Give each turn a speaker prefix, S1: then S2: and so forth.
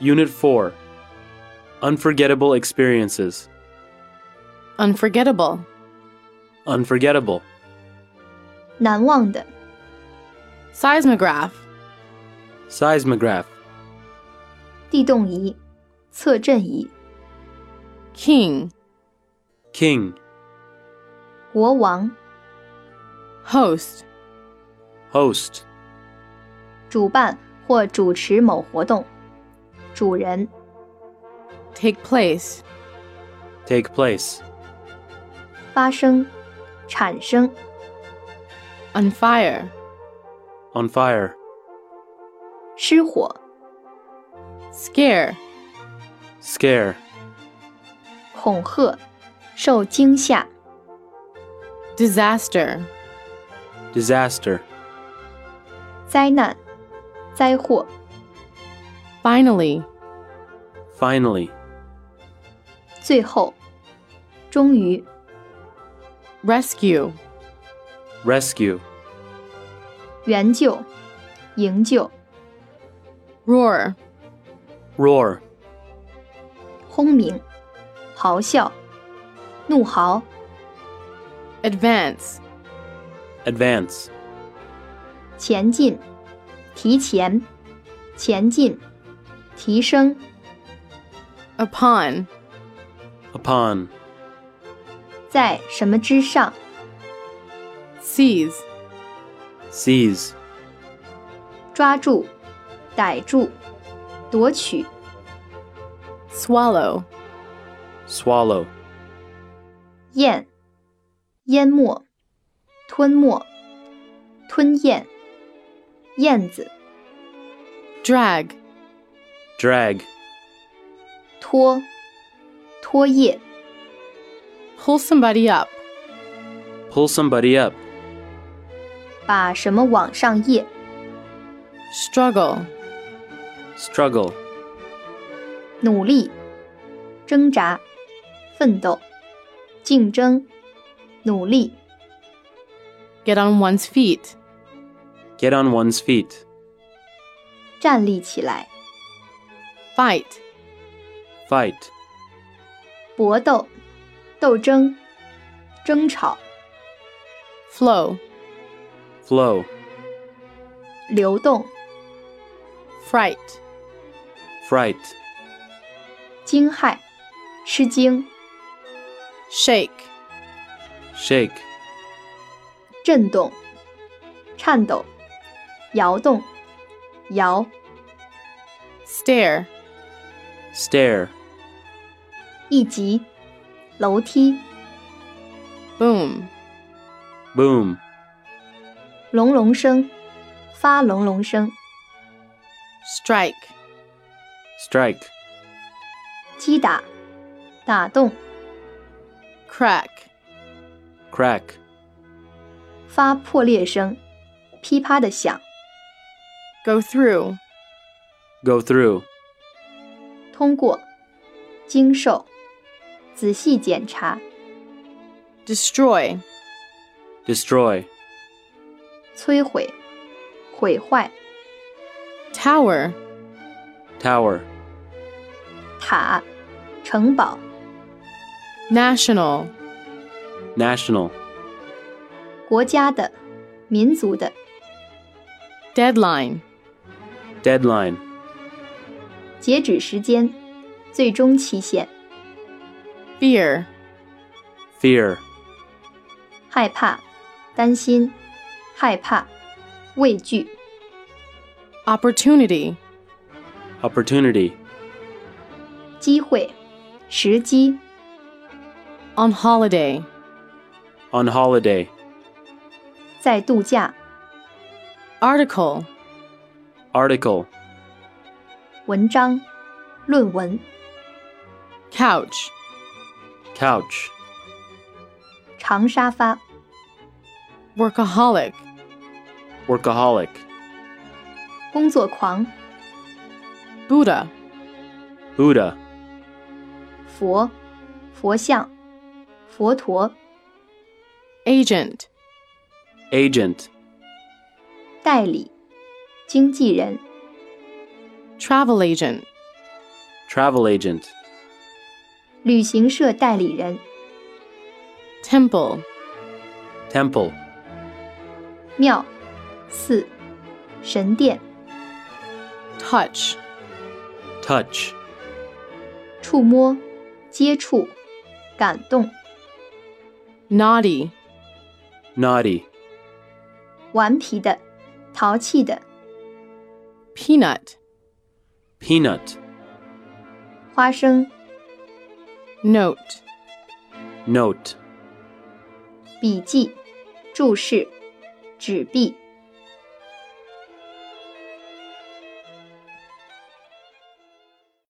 S1: Unit 4 Unforgettable Experiences.
S2: Unforgettable.
S1: Unforgettable.
S3: 难忘的、
S2: Seismograph.
S1: Seismograph.
S3: 地动仪、测震仪、
S2: King.
S1: King.
S3: 国王、
S2: Host.
S1: Host.
S3: 主办或主持某活动，主人、
S2: Take place.
S1: Take place.
S3: 发生、产生、
S2: On fire.
S1: On fire.
S3: 失火、
S2: Scare.
S1: Scare.
S3: 恐吓、受惊吓、
S2: Disaster.
S1: Disaster.
S3: 灾难、灾祸、
S2: Finally.
S1: Finally.
S3: 最后、终于、
S2: Rescue.
S1: Rescue.
S3: 援救、营救、
S2: Roar.
S1: Roar.
S3: 轰鸣、咆哮、怒嚎、
S2: Advance.
S1: Advance.
S3: 前进、提前、前进、提升、
S2: Upon.
S1: Upon.
S3: 在什么之上、
S2: Seize.
S1: Seize.
S3: 抓住、逮住、夺取、
S2: Swallow.
S1: Swallow.
S3: 咽、淹没、吞没、吞咽、燕子、
S2: Drag.
S1: Drag.
S3: 拖、拖曳、
S2: Pull somebody up.
S1: Pull somebody up.
S3: 把什么往上曳、
S2: Struggle.
S1: Struggle.
S3: 努力、挣扎、奋斗、竞争、努力、
S2: Get on one's feet.
S1: Get on one's feet.
S3: 站立起来、
S2: Fight.
S1: Fight.
S3: 搏斗、斗争、争吵、
S2: Flow.
S1: Flow.
S3: 流动、
S2: Fright.
S1: Fright.
S3: 惊骇、吃惊、
S2: Shake.
S1: Shake.
S3: 震动、颤抖、摇动、摇、
S2: Stare.
S1: Stare.
S3: 一级、楼梯、
S2: Boom.
S1: Boom.
S3: 隆隆声、发隆隆声、
S2: Strike.
S1: Strike.
S3: 击打、打动、
S2: Crack.
S1: Crack.
S3: 发破裂声、噼啪的响、
S2: Go through.
S1: Go through.
S3: 通过、经受、仔细检查、
S2: Destroy.
S1: Destroy.
S3: 摧毁、毁坏、
S2: Tower.
S1: Tower.
S3: 塔、城堡、
S2: National.
S1: National.
S3: 国家的、民族的、
S2: Deadline.
S1: Deadline.
S3: 截止时间、最终期限、
S2: Fear.
S1: Fear.
S3: 害怕、担心、害怕、畏惧、
S2: Opportunity.
S1: Opportunity.
S3: 机会、时机、
S2: On holiday.
S1: On holiday.
S3: 在度假、
S2: Article.
S1: Article.
S3: 文章、论文、
S2: Couch.
S1: Couch.
S3: 长沙发、
S2: Workaholic.
S1: Workaholic.
S3: 工作狂、
S2: Buddha.
S1: Buddha.
S3: 佛、佛像、佛陀、
S2: Agent.
S1: Agent.
S3: 代理、经纪人、
S2: Travel agent.
S1: travel agent,
S3: 旅行社代理人、
S2: temple,
S1: temple,
S3: 庙、寺、神殿、
S2: touch,
S1: touch,
S3: 触摸、接触、感动、
S2: naughty,
S1: naughty,
S3: 顽皮的、淘气的、
S2: peanut,
S1: peanut,
S3: 花生、
S2: note,
S1: note,
S3: 笔记、注释、纸币、